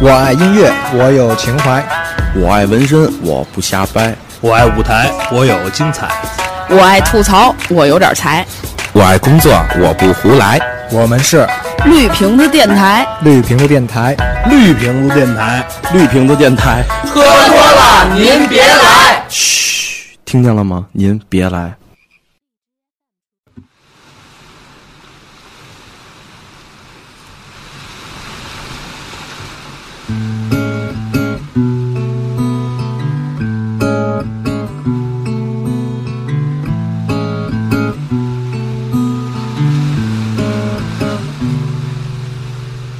我爱音乐，我有情怀；我爱纹身，我不瞎掰；我爱舞台，我有精彩；我爱吐槽，我有点才；我爱工作，我不胡来。我们是绿瓶子电台，绿瓶子电台，绿瓶子电台，绿瓶子电台，喝多了您别来。嘘，听见了吗？您别来。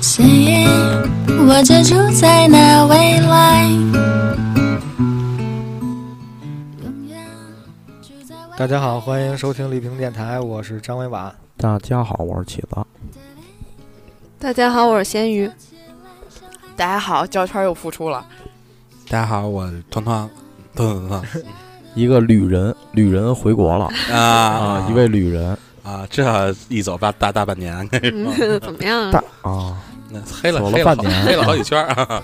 所以我就住在那未来。永远住在未来大家好，欢迎收听绿瓶电台，我是张伟婉。大家好，我是起子。大家好，我是咸鱼。大家好，胶圈又复出了。大家好，我团 团，团团一个旅人，旅人回国了团啊啊！一位旅人啊，这一走大大大半年，嗯， 怎么样？大啊，那黑了走了黑半好年 黑了好几圈 啊！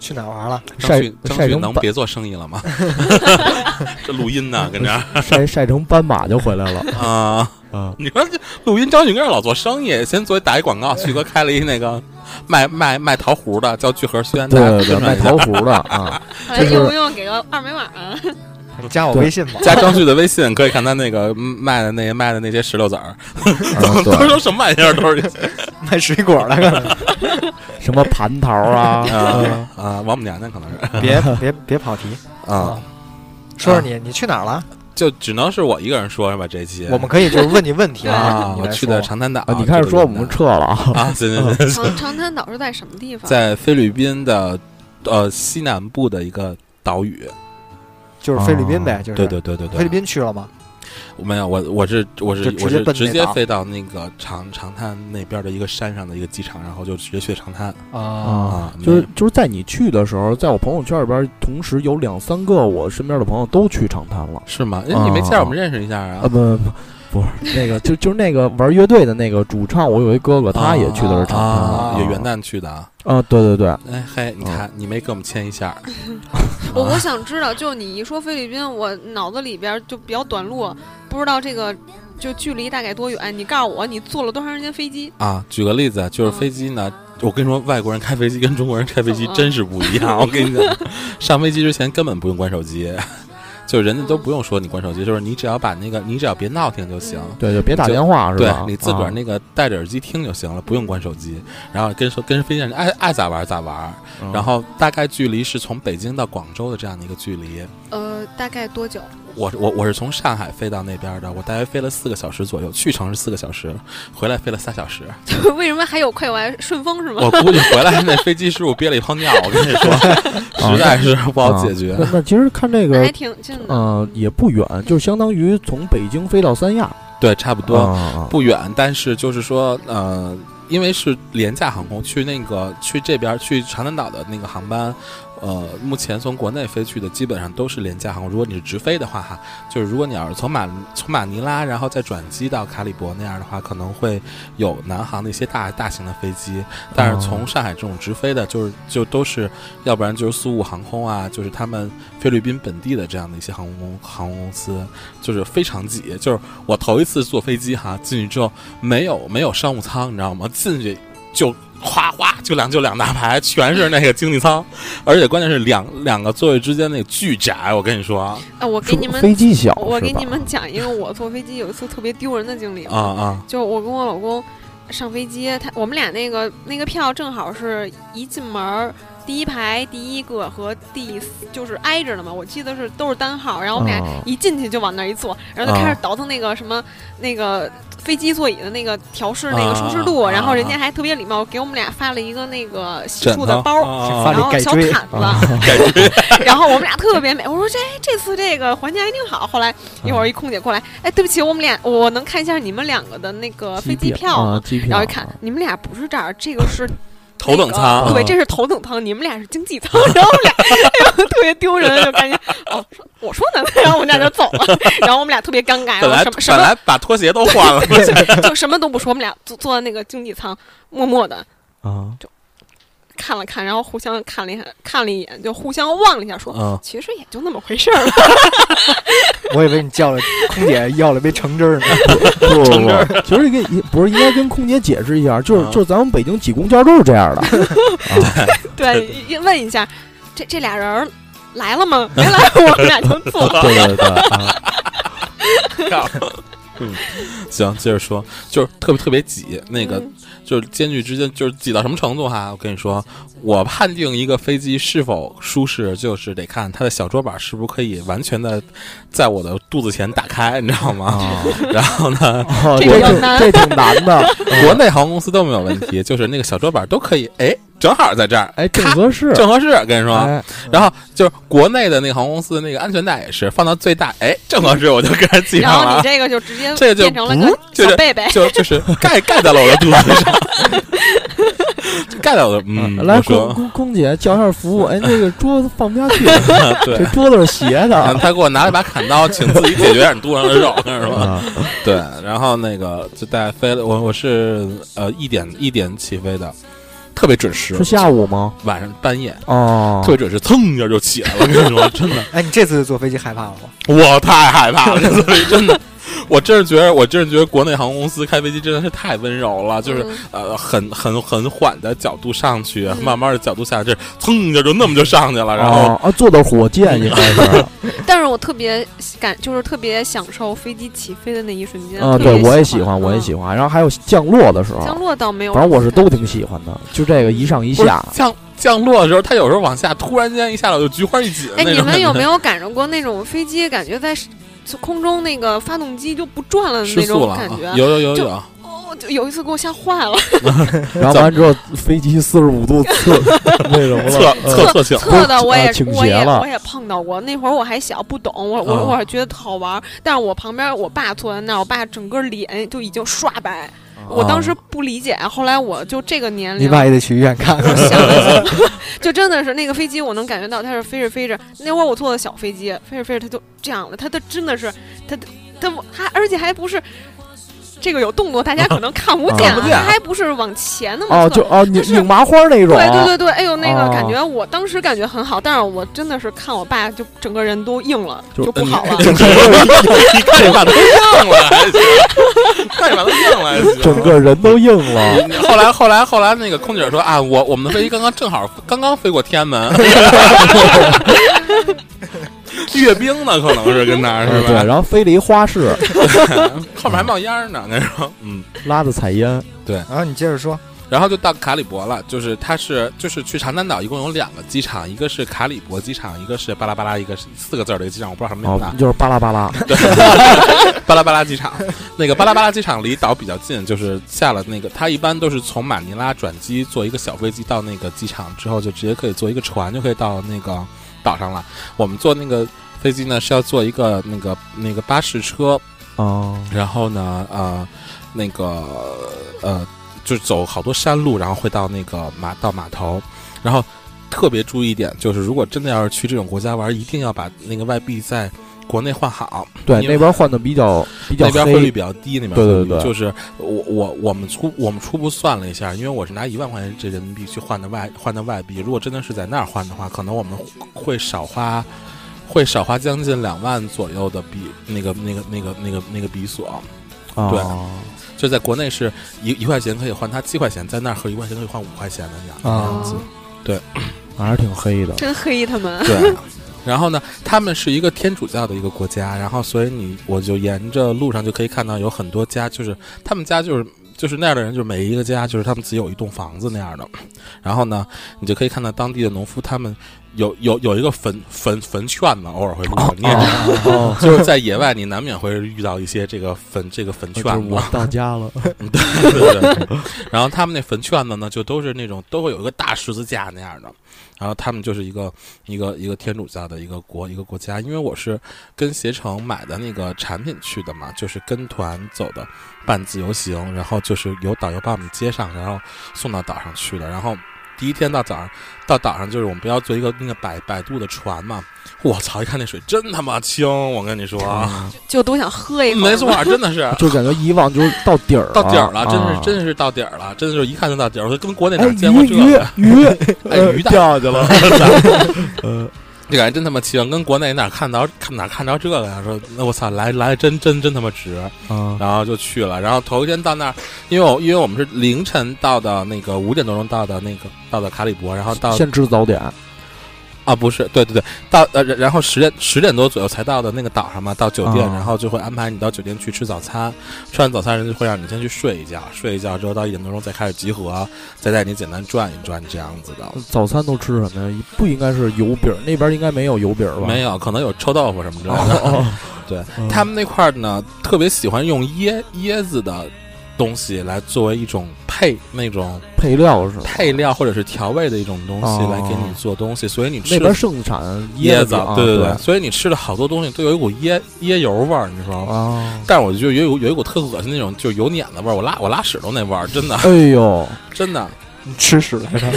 去哪儿玩了？张晒旭，张晒旭成能斑别做生意了 吗？ 这录音呢，跟这儿晒晒成斑马就回来了啊，啊！你说这录音，张旭跟这儿老做生意，先作为打一广告，旭哥开了一那个卖卖卖桃核的，叫聚合轩， 对大家对对， 宣传卖一下桃核的啊，哎用不用给个二维码啊？你加我对微信吧。加张旭的微信，可以看他那个嗯卖的那些卖的那些石榴籽 儿，啊都对，都什么玩意儿，都是，卖水果的，可能 什么蟠桃 啊啊啊，王母娘娘可能是别别别跑题。啊。说说你，你去哪儿了？就只能是我一个人说是吧？这期我们可以就是问你问题啊，你我来去说的长滩岛啊，，你开始说我们这撤了啊，个啊，行行行，长长滩岛是在什么地方？在菲律宾的呃西南部的一个岛屿，就是菲律宾呗，啊就是对对对对对，菲律宾去了吗？没有我我是我是就直接我是奔那直接岛飞到那个长长滩那边的一个山上的一个机场，然后就直接去长滩啊，啊啊，就是就是在你去的时候，在我朋友圈里边，同时有两三个我身边的朋友都去长滩了。是吗？哎，你没见啊我们认识一下啊啊？不 不不是那个，就就是那个玩乐队的那个主唱，我有一哥哥，他也去的是长滩啊，也元旦旦去的啊。啊，对对对，哎嘿，你看你没给我们签一下，我啊我想知道，就你一说菲律宾，我脑子里边就比较短路，不知道这个就距离大概多远。你告诉我，你坐了多长时间飞机？啊，举个例子，就是飞机呢，我跟你说，外国人开飞机跟中国人开飞机真是不一样。我跟你讲，上飞机之前根本不用关手机，就人家都不用说你关手机，就是你只要把那个，你只要别闹听就行。对就别打电话是对吧？你自个儿啊那个戴着耳机听就行了，不用关手机。然后跟说跟飞机上人爱爱咋玩咋玩。嗯然后大概距离是从北京到广州的这样的一个距离。呃，大概多久？我我我是从上海飞到那边的，我大约飞了四个小时左右，去程是四个小时，回来飞了仨小时。 为什么还有快我还顺丰是吗？我估计回来那飞机师傅憋了一泡尿，我跟你说，实在是不好解决那那其实看这那个还，挺嗯近的。呃，也不远，嗯就相当于从北京飞到三亚，对，差不多啊不远，但是就是说，呃，因为是廉价航空，去那个去这边去长滩岛的那个航班。呃，目前从国内飞去的基本上都是廉价航空。如果你是直飞的话，哈，就是如果你要是从马从马尼拉，然后再转机到卡里博那样的话，可能会有南航的一些大大型的飞机。但是从上海这种直飞的，就是就都是，要不然就是苏雾航空啊，就是他们菲律宾本地的这样的一些航空公航空公司，就是非常挤。就是我头一次坐飞机哈，进去之后没有没有商务舱，你知道吗？进去就哗哗就两就两大排，全是那个经济舱，而且关键是两两个座位之间那个巨窄，我跟你说啊哎，我给是你不们，飞机小，我给是吧你们讲一个我坐飞机有一次特别丢人的经历吧啊就我跟我老公上飞机，他我们俩那个那个票正好是一进门儿第一排第一个和第四就是挨着的嘛，我记得是都是单号，然后我们俩哦啊一进去就往那儿一坐，然后就啊开始倒腾那个什么、那个飞机座椅的那个调试那个舒适度，啊啊啊然后人家还特别礼貌，给我们俩发了一个那个洗枕漱头的包。发了啊然后盖小锥毯子，啊 然后我们俩特别美。我说这这次这个环境还挺好。后来一会儿一空姐过来，哎，对不起，我们俩我能看一下你们两个的那个飞机票啊吗？，机票，然后一看，你们俩不是这儿，这个是 头等那个舱啊对，这是头等舱，你们俩是经济舱。然后我们俩哎呦特别丢人，就感觉哦，说我说呢，然后我们俩就走了。然后我们俩特别尴本尬，然后来什么什本来把拖鞋都换了， 么就什么都不说，我们俩坐坐在那个经济舱，默默的啊，看了看，然后互相看了一眼，看了一眼，就互相望了一下，说。嗯，其实也就那么回事 儿了，我以为你叫了空姐要了杯橙汁儿呢。不 不不，其实应该不是应该跟空姐解释一下，就是啊就是咱们北京挤公交都是 这样的，对，一问一下，这这俩人儿来了吗？ 没来，我们俩就走 了。对对对啊，啊 嗯行，接着说，就是特别特别挤，那个嗯就是间距之间就是挤到什么程度哈、我跟你说，我判定一个飞机是否舒适，就是得看它的小桌板是不是可以完全的在我的肚子前打开，你知道吗？然后呢，哦这这比较挺难这挺难的，国内航空公司都没有问题，就是那个小桌板都可以，哎，正好在这儿，哎，正咔合适，正合啊适，跟你说。哎，然后就是国内的那个航空公司的那个安全带也是放到最大，哎，正合适，我就跟人挤然啊上后你了，这个就直接这个就变成了个就小是贝贝，就就是盖盖在了我的肚子上，就盖在我的嗯，啊来我空说空空姐叫一下服 务，哎，那个桌子放不下去，这对，桌子是斜 然后的。啊他给我拿了把砍刀，请自己解决点肚上的肉，是吧？啊，对，然后那个就带飞了，我我是呃一点一点起飞的，特别准时是，下午吗？晚上半夜。哦特，别准时，蹭一下就起来了。我跟你说，真的， 哎，你这次坐飞机害怕了吗？我太害怕 了，所以真的，我真是觉得，我真是觉得国内航空公司开飞机真的是太温柔了，就是嗯呃，很很很缓的角度上去，慢慢的角度下，这蹭一下就那么就上去了，然后、哦啊，坐的火箭应该 是但是我特别感，就是特别享受飞机起飞的那一瞬间啊，特别对我也喜喜欢，我也喜欢。嗯欢。然后还有降落的时候嗯，降落倒没有，反正我是都挺喜欢的，就这个一上一不是 下，降降落的时候，它有时候往下突然间一下来我就菊花一紧哎，那种。你们有没？有感受过那种飞机感觉在空中那个发动机就不转了的失那速种了感啊觉？！有有有就有，哦，就有一次给我吓坏了，然后完之后飞机四十五度侧那什么侧了，嗯侧侧倾，测的我也、啊倾我斜也了我也碰到过。那会儿我还小，不懂，我我、啊我觉得特好玩儿，但是我旁边我爸坐在那儿，我爸整个脸就已经刷白， 我当时不理解，后来我就这个年你龄，爸也得去医院看看。想了想，就真的是 那个飞机，我能感觉到它是飞着飞着，那会儿我坐的小飞机，飞着飞着它就这样了，它它真的是它它它，而且还不是这个有动作，大家可能看不见，看不啊，见它还不是往前那么哦，侧。就哦拧就是拧麻花那对种，对对对，哎呦，那哦个感觉，我当时感觉很好，但是我真的是看我爸就整个人都硬了，就就 不好了。你看你把它 硬了还行，看你把它硬了还行。整个人都硬 了。后来，后来，后来，那个空姐说啊，我我们的飞机刚刚正好刚刚飞过天安门， 阅兵呢，可能是跟那儿嗯是 对，吧？然后飞了一花式，后面还冒烟呢，那时候，嗯。拉的彩烟，然后你接着说，然后就到卡里伯了，就是它是就是去长滩岛，一共有两个机场，一个是卡里伯机场，一个是巴拉巴拉，一个是四个字儿的一个机场，我不知道什么名字啊哦，，就是巴拉 巴拉，巴拉巴拉机场。那个巴拉巴拉机场离岛比较近，就是下了那个，它一般都是从马尼拉转机，坐一个小飞机到那个机场之后，就直接可以坐一个船就可以到那个岛上了。我们坐那个飞机呢是要坐一个那个呃那个巴士车，哦，然后呢呃那个呃就是走好多山路，然后会到那个码到码头，然后。特别注意一点，就是如果真的要是去这种国家玩，一定要把那个外币在国内换好，对，因那为边换的比较比较那边汇率黑，比较低，那边对对汇率对就是我我我们初我们初步算了一下，因为我是拿一万块钱这人民币去换的外换的外币，如果真的是在那儿换的话，可能我们会少花会少花将近两万左右的币那个那个那个那个那个比索，哦就在国内是一一块钱可以换它七块钱，在那儿和一块钱可以换五块钱的那样。 啊，哦还是挺黑的。真黑他们，对。 然后呢，他们是一个天主教的一个国家，然后所以你我就沿着路上就可以看到有很多家，就是他们家就是就是那样的人，就是每一个家就是他们自己有一栋房子那样的。 然后呢，你就可以看到当地的农夫，他们有有有一个坟坟坟圈子，偶尔会路过，你也知道， 哦，就是在野外你难免会遇到一些这个坟这个坟圈就是子我。到家了，对对对。然后他们那坟圈子呢，就都是那种都会有一个大十字架那样的。然后他们就是一个一个一个天主教的一个国一个国家，因为我是跟携程买的那个产品去的嘛，就是跟团走的半自由行，然后就是有导游把我们接上，然后送到岛上去的，然后。第一天到早上到岛上，就是我们不要坐一个那个摆摆渡的船嘛。我操！一看那水真他妈清，我跟你说，就都想喝一口。没错，真的是嗯就感觉以往就是到底儿了到底儿了，真啊是真是到底儿了，真的是一看就到底儿。我说跟国内哎哪儿见过这 个？鱼鱼哎呃鱼大掉下去了，就嗯感觉真他妈清，跟国内哪儿看着看哪儿看着这个呀？说那我操，来来得真真真他妈值。啊然后就去了。然后头一天到那儿，因为我因为我们是凌晨到的那个五点多钟到的那个到的卡里博，然后到先吃早点，啊不是对对对到呃然然后十点十点多左右才到的那个岛上嘛，到酒店，啊然后就会安排你到酒店去吃早餐，吃完早餐人就会让你先去睡一觉，睡一觉之后到一点多钟再开始集合，再带你简单转一转这样子的。早餐都吃什么呀？不应该是油饼儿，那边应该没有油饼儿吧？没有，有，可能有臭豆腐什么之类的。哦， 对嗯他们那块儿呢，特别喜欢用椰椰子的东西来作为一种配那种配料是吧配料或者是调味的一种东西哦来给你做东西，所以你吃那边盛产椰子子啊，，对对对，所以你吃了好多东西都有一股椰椰油味儿，你知道吗？啊。但是我就觉得有一股有一股特恶心那种，就是油碾子味儿，我拉我拉屎都那味儿，真的 哎 呦，真的，你吃屎来着？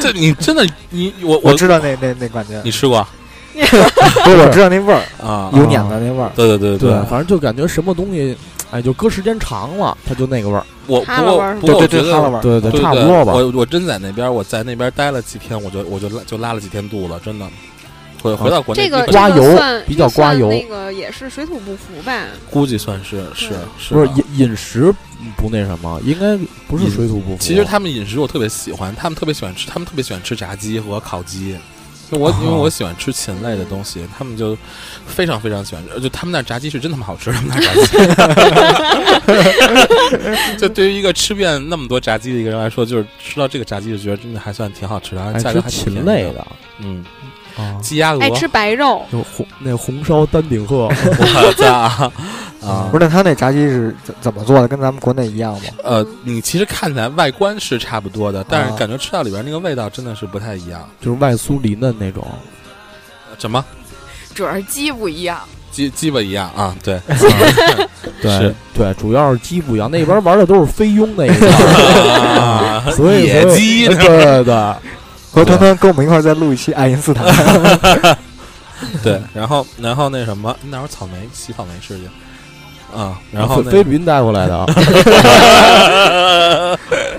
这你真的你我我我知道那那那感觉，你吃过不是我知道那味儿，啊？有碾子那味儿。对对对对，反正就感觉什么东西，哎，就搁时间长了，它就那个味儿。我哈不喇味儿过不过我对觉对对，哈喇得。味儿。对对对对对，差不多吧。我我真在那边，我在那边待了几天，我就我就拉就拉了几天肚子，真的。回回到国内，这个基本刮这个油算比较这算刮油哎那个也是水土不服吧？估计算是是是不是的饮饮食不那什么，应该不是饮水土不服。其实他们饮食我特别喜欢，他们特别喜欢吃，他们特别喜欢吃炸鸡和烤鸡。就我哦因为我喜欢吃禽类的东西，他们就非常非常喜欢吃。就他们那儿炸鸡是真他妈好吃，他 们那儿炸鸡。 就对于一个吃遍那么多炸鸡的一个人来说，就是吃到这个炸鸡就觉得真的还算挺好吃的，而爱且价格哎吃还挺禽便宜类的。的嗯，啊，鸡鸭鹅，爱哎 吃白肉，就红那红烧丹顶鹤，我操啊！啊不是，那他那炸鸡是怎怎么做的？跟咱们国内一样吗？呃，你其实看起来外观是差不多的，但是哦啊感觉吃到里边那个味道真的是不太一样。就是外酥里嫩那种。什么主要是鸡不一样，鸡鸡巴一样啊？对，对是对，主要是鸡不一样，那边玩的都是菲佣那一套，啊 所以野鸡对呢？对对，回头他们跟我们一块儿再录一期爱因斯坦。 对，然后然后那什么，那会儿草莓洗草莓吃去啊，然后菲那菲律宾带回来的，啊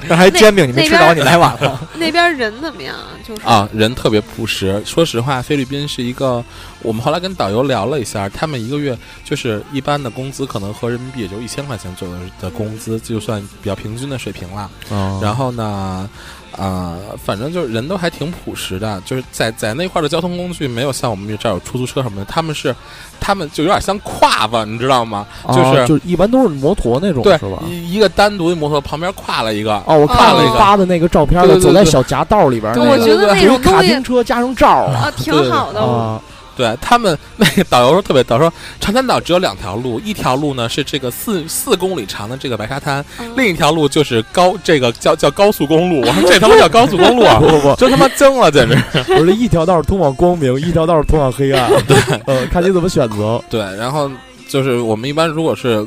那还煎饼你没吃那着，你来晚 了。那边人怎么样？就是 啊，人特别朴实。说实话，菲律宾是一个，我们后来跟导游聊了一下，他们一个月就是一般的工资可能合人民币也就一千块钱左右的工资，就算比较平均的水平啦。然然后呢，啊、反正就是人都还挺朴实的，就是在在那块儿的交通工具没有像我们这儿有出租车什么的，他们是，他们就有点像跨吧，你知道吗？就是啊就是一般都是摩托那种对是吧，？一一个单独的摩托旁边跨了一个，哦，我看了哦你发的那个照片了，对对对走在小夹道里边儿对那我个，觉得那属于种卡东西丁车加上罩儿啊，挺好哦的。我啊，对他们那个导游说特别逗，说长滩岛只有两条路，一条路呢是这个四四公里长的这个白沙滩，嗯另一条路就是高这个叫叫高速公路，我说这他妈叫高速公 路 啊不，不不，真他妈精了， 简直。我这一条道儿通往光明，一条道儿通往黑 暗，对， 呃，看你怎么选择。对，然后就是我们一般如果是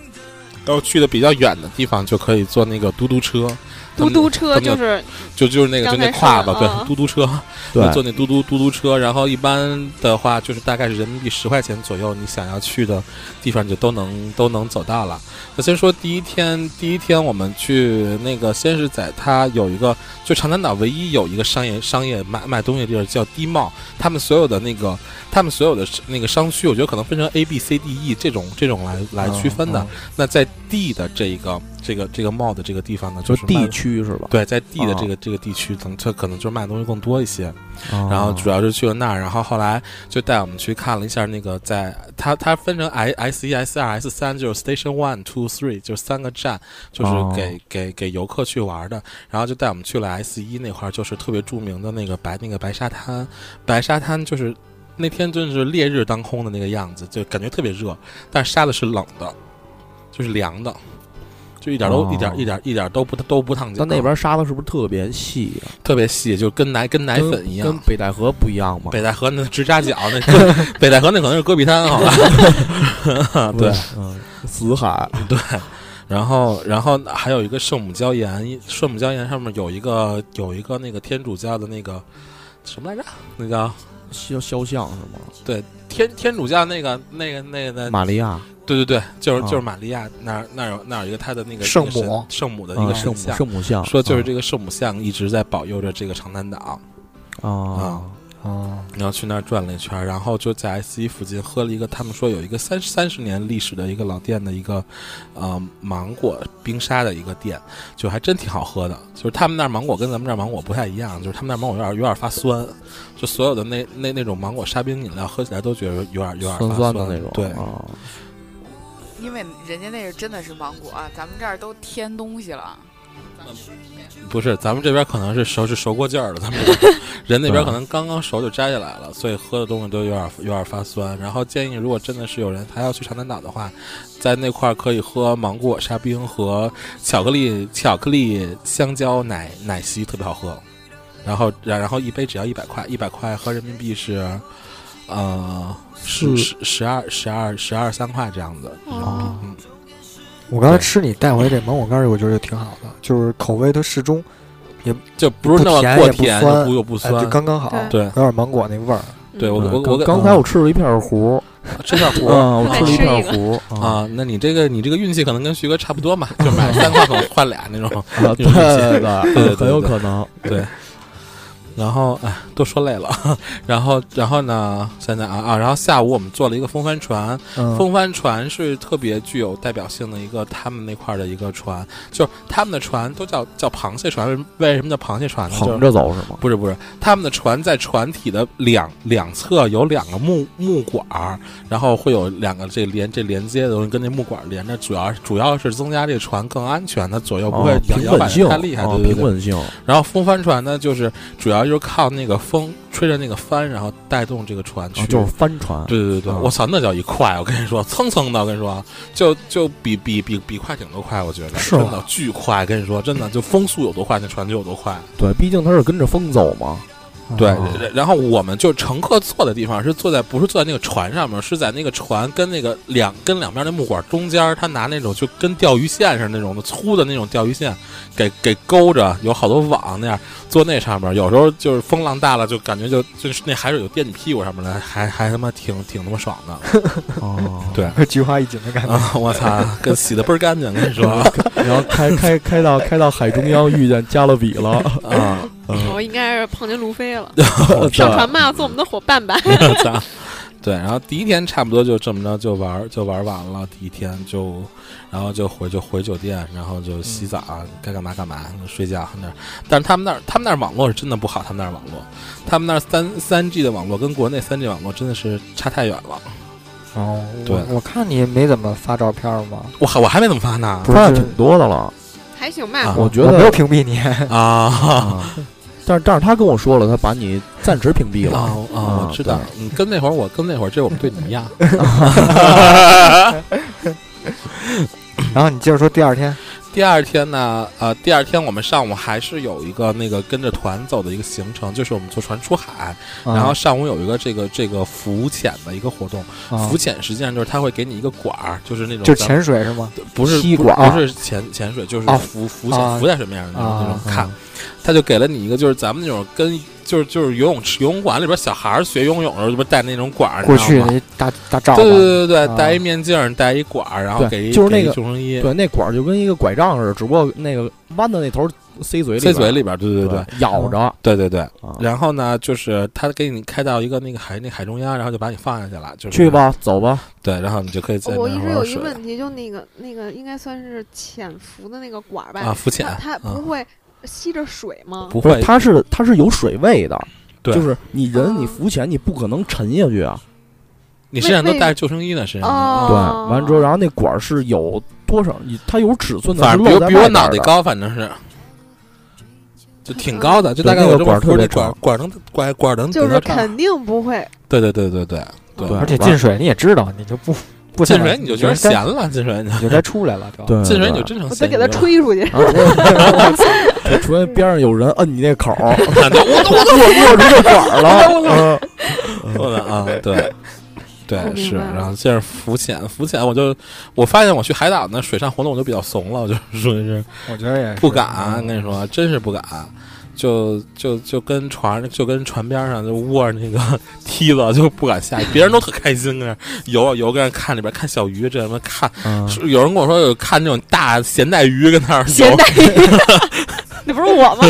要去的比较远的地方，就可以坐那个嘟嘟车，嘟嘟他车们就是就就是那个就刚才那跨说吧，的嗯对，嘟嘟车， 对，坐那嘟嘟嘟嘟车，然后一般的话就是大概是人民币十块钱左右，你想要去的地方你就都能都能走到了。那先说第一天，第一天我们去那个，先是在它有一个，就长滩岛唯一有一个商业商业卖卖东西的地儿叫低帽，他们所有的那个他们所有的那个商区，我觉得可能分成 A B C D E 这种这种来来区分的。嗯，那在 D 的这一个这个这个 mall 的这个地方呢，就是卖地区是吧？对，在 D 的啊这个、这个地区，可能它可能就是卖的东西更多一些。然然后主要是去了那儿，然后后来就带我们去看了一下那个在它它分成 I S 一、S 二、S 三，就是 Station One、Two、Three，就是三个站，就是哦给、给给游客去玩的。然后就带我们去了 S 一那块儿，就是特别著名的那个白那个白沙滩，白沙滩就是那天真是烈日当空的那个样子，就感觉特别热，但是沙子是冷的，就是凉的。就一点都、哦一点一点一点都不都不烫脚，但那边沙子是不是特别细啊？特别细，就跟奶跟奶跟粉一样，跟北戴河不一样吗？北戴河那直扎脚，那戈 北戴河那可能是戈壁滩，好吧？对嗯，死海， 对。然后，然后还有一个圣母礁岩，圣母礁岩上面有一个有一个那个天主教的那个什么来着？那叫肖肖像是吗？天天主教那个那个那个的，玛利亚对对对，就是啊就是玛利亚那儿那儿有那儿有一个她的那个圣母一个神圣母的一啊个圣神母像，圣母像，说就是啊这个圣母像一直在保佑着这个长滩岛。啊嗯啊，然后去那儿转了一圈儿，然后就在 S 一附近喝了一个，他们说有一个三三十年历史的一个老店的一个，呃，芒果冰沙的一个店，就还真挺好喝的。就是他们那儿芒果跟咱们这儿芒果不太一样，就是他们那儿芒果有点有点发酸，就所有的那那那种芒果沙冰饮料喝起来都觉得有点有点酸发的那种，对，啊因为人家那是真的是芒果，啊咱们这儿都添东西了。不是咱们这边可能是熟是熟过劲儿了，咱们 这边人那嗯边可能刚刚熟就摘下来了，所以喝的东西都有点有点发酸。然后建议，如果真的是有人还要去长滩岛的话，在那块儿可以喝芒果沙冰和巧克力巧克力香蕉奶奶昔，特别好喝。然后然然后一杯只要一百块，一百块合人民币是，呃十十十二十二十二三块这样子。哦啊嗯，我刚才吃你带回来这芒果干儿，我觉得就挺好的，就是口味它适中，就不是那么不甜过也不甜，酸又不又不哎，就酸。刚刚好，对 对有点芒果那味儿。对，嗯我我刚我嗯刚才我吃了一片糊，这片糊。嗯，我再吃了一吃一片个糊啊，啊，那你这个你这个运气可能跟徐哥差不多 嘛，就买三块桶换俩那种。啊对有一些对对的，对很有可能。然后哎，都说累了， 然后然后呢，想想啊啊，然后下午我们坐了一个风帆船，嗯，风帆船是特别具有代表性的一个他们那块儿的一个船，就是他们的船都叫叫螃蟹船，为什么为什么叫螃蟹船呢？就是横着走是吗？不是不是，他们的船在船体的两两侧有两个木木管儿，然后会有两个这连这连接的东西跟这木管儿连着，主要主要是增加这船更安全，它左右不会啊摇平摇摆稳得性，太厉害，啊对对平对稳性，然后风帆船呢，就是主要就是靠那个风吹着那个帆，然后带动这个船去。啊就是帆船，对对对，啊我操，那叫一快！我跟你说，蹭蹭的，我跟你说， 就就比比比比快艇都快，我觉得是真吗的巨快。跟你说，真的就风速有多快，那船就有多快。对，毕竟它是跟着风走嘛。对，哦啊然然后我们就乘客坐的地方是坐在不是坐在那个船上面，是在那个船跟那个两跟两边那木管中间儿，他拿那种就跟钓鱼线似的那种的粗的那种钓鱼线给给勾着，有好多网那样坐那上面，有时候就是风浪大了，就感觉就就是那海水就垫你屁股上面来，还还他妈挺挺他妈爽的啊，对菊花一紧的感觉。啊！我操，跟洗的倍儿干净，跟你 说 然后开开开到开到海中央，遇见加勒比了，啊，我应该是碰见路飞了，嗯对上船吧，做我们的伙伴吧。我操！对，然后第一天差不多就这么着就玩儿就玩儿完了，第一天就，呃然后就回就回酒店，然后就洗澡，该干嘛干嘛，睡觉那儿。但是他们那儿他们那儿网络是真的不好，他们那儿网络，他们那儿三三 G 的网络跟国内三 G 网络真的是差太远了。哦，对我我看你没怎么发照片嘛，我还我还没怎么发呢不 发现是挺多的了。还行啊吧，我觉我没有得，屏蔽你。啊啊但是但是他跟我说了，他把你暂时屏蔽啊了。啊！我知道，你跟那会儿我跟那会儿，啊这我们对你一样。 然后你接着说第二天，第二天呢，呃，第二天我们上午还是有一个那个跟着团走的一个行程，就是我们坐船出海，啊然后上午有一个这个这个浮潜的一个活动。啊浮潜实际上就是他会给你一个管儿，就是那种就咱潜水是吗？不是吸不管儿不是潜潜水，就是啊浮浮潜啊浮在水面上的那种那啊种看，他就给了你一个就是咱们那种跟就是就是游泳池游泳馆里边小孩儿学游泳的时候，这不带那种管儿，过去你知道吗那大大罩对对嘛，对对对，啊戴一面镜儿，戴一管儿，然后对给一就是那给一个救生衣对，那管儿就跟一个拐杖似的，只不过那个弯的那头塞嘴里，塞嘴，里边儿，对对对对，咬着。对对对。啊然后呢，就是他给你开到一个那个海那海中央，然后就把你放下去了，就是去。吧，走吧，对，然后你就可以在我那一直玩有玩一水个问题，就那个那个应该算是潜伏的那个管儿吧？啊，浮潜它它啊嗯不会吸着水吗？不不会是，它是它是有水位的，对就是你人啊你浮潜你不可能沉下去啊，你身上都带着救生衣呢，身上。哦啊对，完了之后，然后那管儿是有多少，你它有尺寸的，反正比是我露在比我外边脑袋的，高，反正是，就挺高的，就大概对我那个这管儿会儿特别管长管儿能管管儿能就顶是到这儿肯定不会。对对对对对对对而且完进水你也知道，你就不不进想水你就觉得你就该闲了，进水你你就该出来了，主要对，进水你啊对就真成我闲得鱼给它了。吹出去。啊！我 除非边上有人摁你那口 儿，我都我都握住这管儿了。 我的啊，对。我对，明是。白了然后接着浮潜，浮潜我就我发现我去海岛那水上活动我就比较怂了，我就属于是我觉得也是不敢，跟你说，真是不敢。就就就跟船就跟船边上就握着那个 梯子就不敢下去，别人都特开心跟那儿游啊游，跟那儿看里边看小鱼，这什么看，嗯是有人跟我说有看那种大咸带鱼跟那儿咸游， 带鱼，那不是我吗？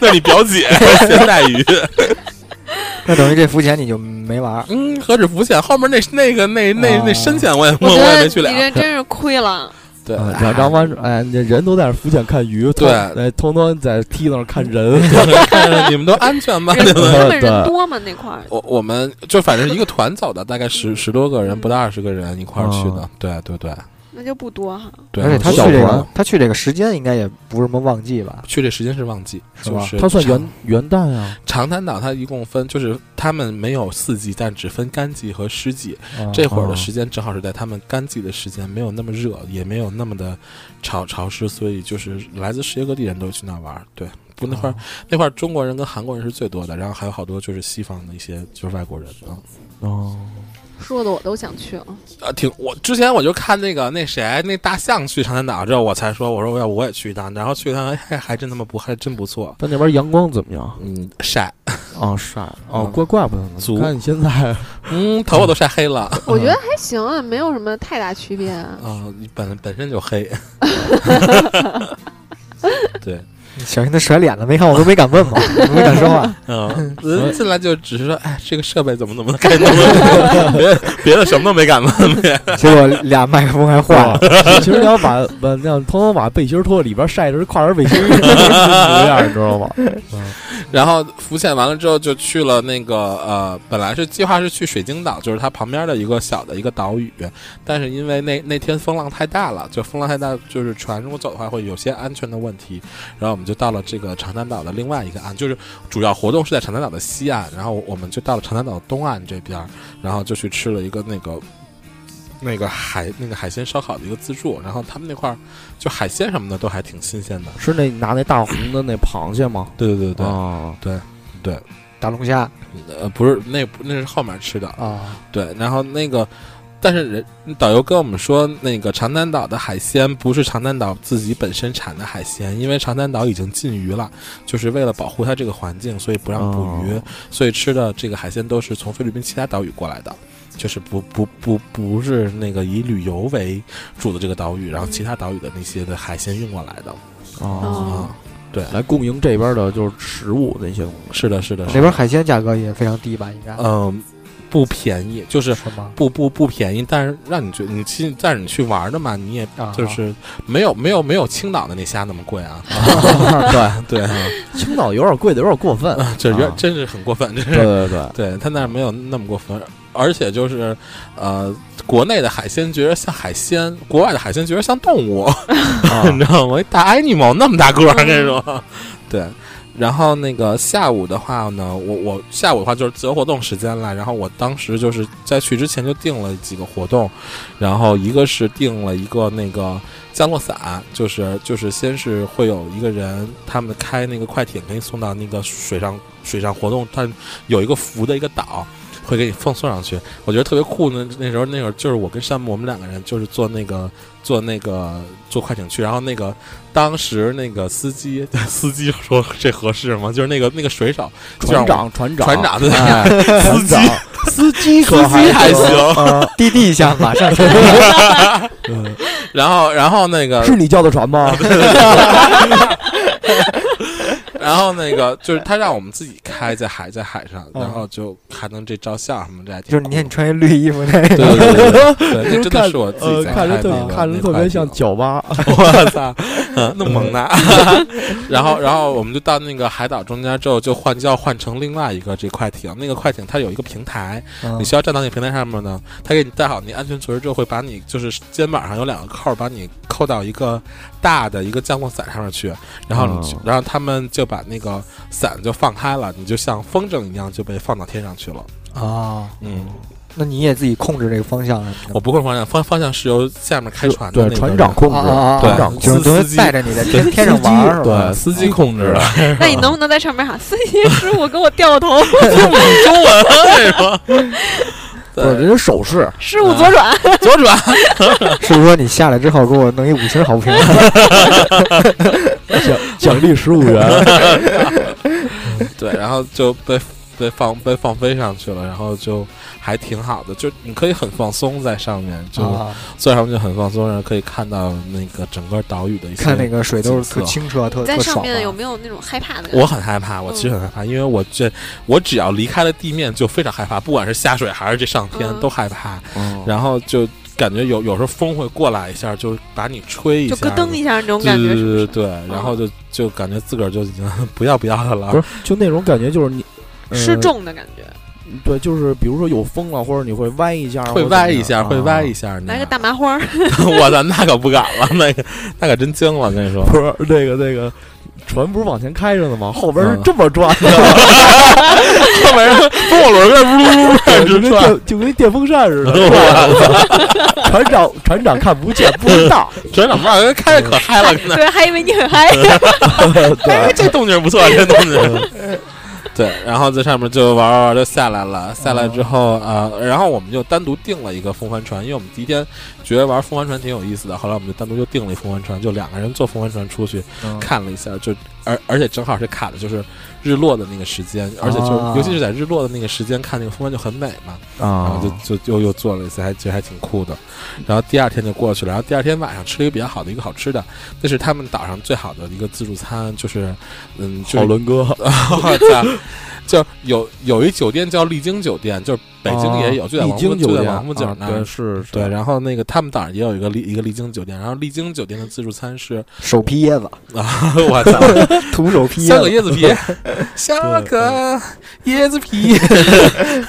那你表 姐咸带鱼，那等于这浮潜你就没玩儿。嗯，何止浮潜，后面那那个那那那哦深潜我也我我觉也得没去啊你这了，真是亏 了。对，嗯然后完，哎，那人都在那浮潜看鱼，对哎，通通在梯子上看人， 看 你们都安 全吗？人你们他们人对多吗？那块儿我我们就反正一个团走的，大概嗯十十多个人，不到二十个人一块儿去的哦，对对对那就不多哈。对。而且他去小这团个，他去这个时间应该也不是什么旺季吧？去这时间是旺季，是就吧是他算长元元旦啊，长滩岛，它一共分就是他们没有四季，但只分干季和湿季。啊 这会儿的哦时间正好是在他们干季的时间，没有那么热，也没有那么的潮潮湿，所以就是来自世界各地人都去那玩儿。对，不那块嗯儿、那块儿中国人跟韩国人是最多的，然后还有好多就是西方的一些就是外国人啊。哦，说的我都想去 了。啊，挺我之前我就看那个那谁那大象去长滩岛之后，我才说我说我要我也去一趟，然后去一趟哎还还真他妈不还真不错，但那边阳光怎么样？嗯晒，啊，晒哦，嗯怪怪不得呢足看你现 在，嗯头发都晒黑了， 我觉得还行啊，没有什么太大区别啊。啊，你本本身就 黑，对，小心他甩脸子，没看我都没敢问 嘛，我没敢说话。嗯，人进来就只是说哎这个设备怎么怎么该弄了， 别别的什么都没敢问，别结果俩麦克风还坏了，其 实你要把把那样通通把背心儿脱了，里边晒的是跨栏背心 儿 模样，你知道吗？然后浮潜完了之后，就去了那个呃，本来是计划是去水晶岛，就是它旁边的一个小的一个岛屿，但是因为那那天风浪太大了，就风浪太大，就是船如果走的话会有些安全的问题。然后我们就到了这个长滩岛的另外一个岸，就是主要活动是在长滩岛的西岸，然后我们就到了长滩岛东岸这边，然后就去吃了一个那个。那个海那个海鲜烧烤的一个自助，然后他们那块儿就海鲜什么的都还挺新鲜的。是那拿那大红的那螃蟹吗？对对对对，啊，大龙虾呃，不是那那是后面吃的，啊，对，然后那个，但是人导游跟我们说，那个长滩岛的海鲜不是长滩岛自己本身产的海鲜，因为长滩岛已经禁渔了，就是为了保护它这个环境，所以不让捕鱼，哦所以吃的这个海鲜都是从菲律宾其他岛屿过来的。就是不不不不是那个以旅游为主的这个岛屿，然后其他岛屿的那些的海鲜运过来的啊，哦啊，来供应这边的就是食物那些东西。是的，是的，那是边的，海鲜价格也非常低吧？应该嗯、不便宜，就是是吗？不不不便宜，但是让你觉你去，但是你去玩的嘛，你也啊，就是没有没有没有青岛的那虾那么贵 啊， 对对，青岛有点贵的，有点过分。这人啊真是很过分，这嗯对是对对，对他那儿没有那么过分，而且就是呃，国内的海鲜觉得像海鲜，国外的海鲜觉得像动物， 啊你知道吗？一大 animal 那么大个儿，跟你说，嗯对。然后那个下午的话呢，我我下午的话就是自由活动时间了。然后我当时就是在去之前就定了几个活动，然后一个是定了一个那个降落伞，就是就是先是会有一个人他们开那个快艇给你送到那个水上水上活动，它有一个浮的一个岛。会给你放送上去，我觉得特别酷呢。那时候，那会儿就是我跟山姆，我们两个人就是坐那个坐那个坐快艇去，然后那个当时那个司机 司机说这合适吗？就是那个那个水手就让船长，船长，船长对哎司机船长司机可 司机还行。行，啊， 滴滴一下，马上嗯 然后然后那个是你叫的船吗？然后那个就是他让我们自己开在海在海嗯上，然后就还能这照相什么的，还挺就是你酷看你穿一绿衣服那个，对对对对 对，那就是真的看是我自己呃，在看着开特那个看着那特块别地像方脚蛙， 我操，嗯，那么猛呢。 然后，然后我们就到那个海岛中间之后，就换就要换成另外一个这快艇。那个快艇它有一个平台，你需要站到那个平台上面呢。它给你戴好你安全垂之后，会把你就是肩膀上有两个扣儿，把你扣到一个大的一个降落伞上面去。然后你就哦，然后他们就把那个嗯伞就放开了，你就像风筝一样就被放到天上去了。啊，嗯，那你也自己控制这个方向什啊么的吗。我不会方向，方方向是由下面开船的对那个船长人控制，啊啊啊！船长控长制就是等司司于机带着你在天天上玩儿 是吧？对司机控制的，那你能不能在上面喊司机师傅给我掉 头，中文为什么？ 不是对，人家手势，师傅左转？左转。是不是说你下来之后给我弄一五星好评？奖 奖励十五元， 对，然后就被被放被放飞上去了，然后就还挺好的，就你可以很放松在上面，就啊，坐上面就很放松，然后可以看到那个整个岛屿的一 些。看那个水都是景色特清澈，特 在特上爽面有啊。没有那种害怕的感觉？我很害怕，我其实很害怕，因为我这我只要离开了地面就非常害怕，不管是下水还是这上天、嗯都害怕，嗯然后就感觉有有时候风会过来一下，就把你吹一下，就咯噔一下那种对感觉，对是不对是？对，然后就就感觉自个儿就已经 不要不要的不了是，就那种感觉就是你呃失，重的感觉，呃对，就是比如说有风了，或者你会歪一下，会歪一下，会啊歪一下。下，来个大麻花儿， 我操，那可不敢了，那个那可真惊了，跟你说。不是那个那个船不是往前开着呢吗？后边是嗯这么转的，后边坐轮在 呜对就跟电就跟电风扇 似的。船长船长看不见，不知道。船长帽人开的可嗨了，那对，还以为你 很嗨。哎这动静不错，这动静。 对，然后在上面就玩玩玩就下来了，下来之后啊、呃，然后我们就单独订了一个风帆船，因为我们第一天觉得玩风帆船挺有意思的，后来我们就单独就订了一风帆船，就两个人坐风帆船出去看了一下，就而而且正好是卡的就是日落的那个时间，而且就、啊尤其是在日落的那个时间看那个风帆就很美嘛，然啊后就就又又做了一次，还觉得还挺酷的。然后第二天就过去了，然后第二天晚上吃了一个比较好的一个好吃的，那是他们岛上最好的一个自助餐，就是嗯，就是好伦哥，我操，就有有一酒店叫丽晶酒店，就是北京也有，就在哦丽王府晶酒就在店，王府井啊那对儿。是，是对，然后那个他们岛上也有一个丽一个丽晶酒店，然后丽晶酒店的自助餐 是，手劈椰子， 啊，我操，徒手劈削椰个子，椰子皮，削个椰子皮。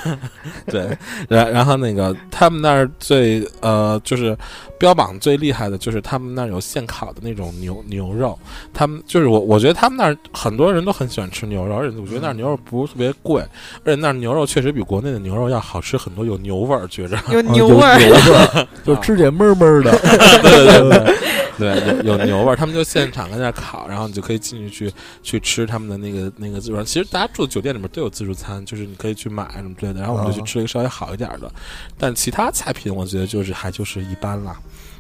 对，然然后那个他们那儿最呃，就是标榜最厉害的就是他们那儿有现烤的那种牛牛肉，他们就是我我觉得他们那儿很多人都很喜欢吃牛肉，而且我觉得那儿牛肉不是特别贵，而且那儿牛肉确实比国内的牛肉要好吃很多，有牛味儿，觉着有啊牛有味儿，牛味儿，就吃起来闷闷的。 对对 对对，有有牛味儿，他们就现场在那儿烤，然后你就可以进去去去吃他们的那个那个自助餐。其实大家住的酒店里面都有自助餐，就是你可以去买什么之类的。然后我们就去吃了一个稍微好一点儿的，但其他菜品我觉得就是还就是一般啦。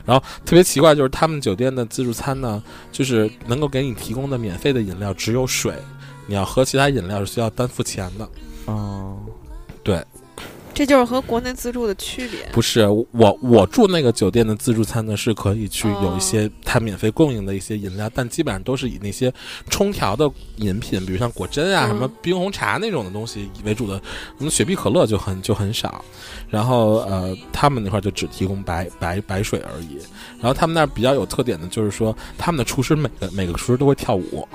然后特别奇怪就是他们酒店的自助餐呢，就是能够给你提供的免费的饮料只有水，你要喝其他饮料是需要单付钱的。 哦，这就是和国内自助的区别。不是我，我住那个酒店的自助餐呢，是可以去哦有一些它免费供应的一些饮料，但基本上都是以那些冲调的饮品，比如像果珍啊、嗯什么冰红茶那种的东西为主的，什么雪碧、可乐就很就很少。然后呃，他们那块就只提供白白白水而已。然后他们那儿比较有特点的就是说，他们的厨师每个每个厨师都会跳舞，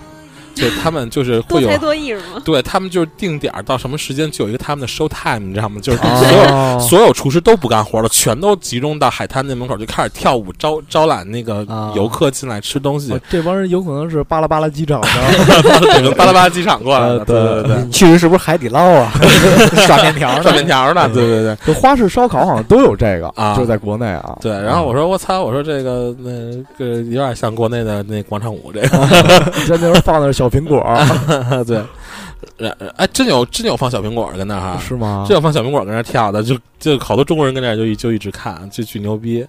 就他们就是多会有啊才多艺是吗？对他们就是定点儿到什么时间就有一个他们的 show time，你知道吗？就是所有哦，所有厨师都不干活了，全都集中到海滩那门口就开始跳舞，招招揽那个啊游客进来吃东西，这帮人有可能是巴拉巴拉机场 的，从巴拉巴拉机场过来的，呃对对对对，你去的是不是海底捞 啊？刷面条呢，涮面条呢，对对对。就花式烧烤好像都有这个啊就在国内啊。对，然后我说我操，我说这个那个有点像国内的那广场舞这个， 在那边放的是小 苹果，啊对，然哎真有真有放小苹果的跟那哈，是吗真？有放小苹果跟那跳的，就就好多中国人跟那就一就一直看，就巨牛逼。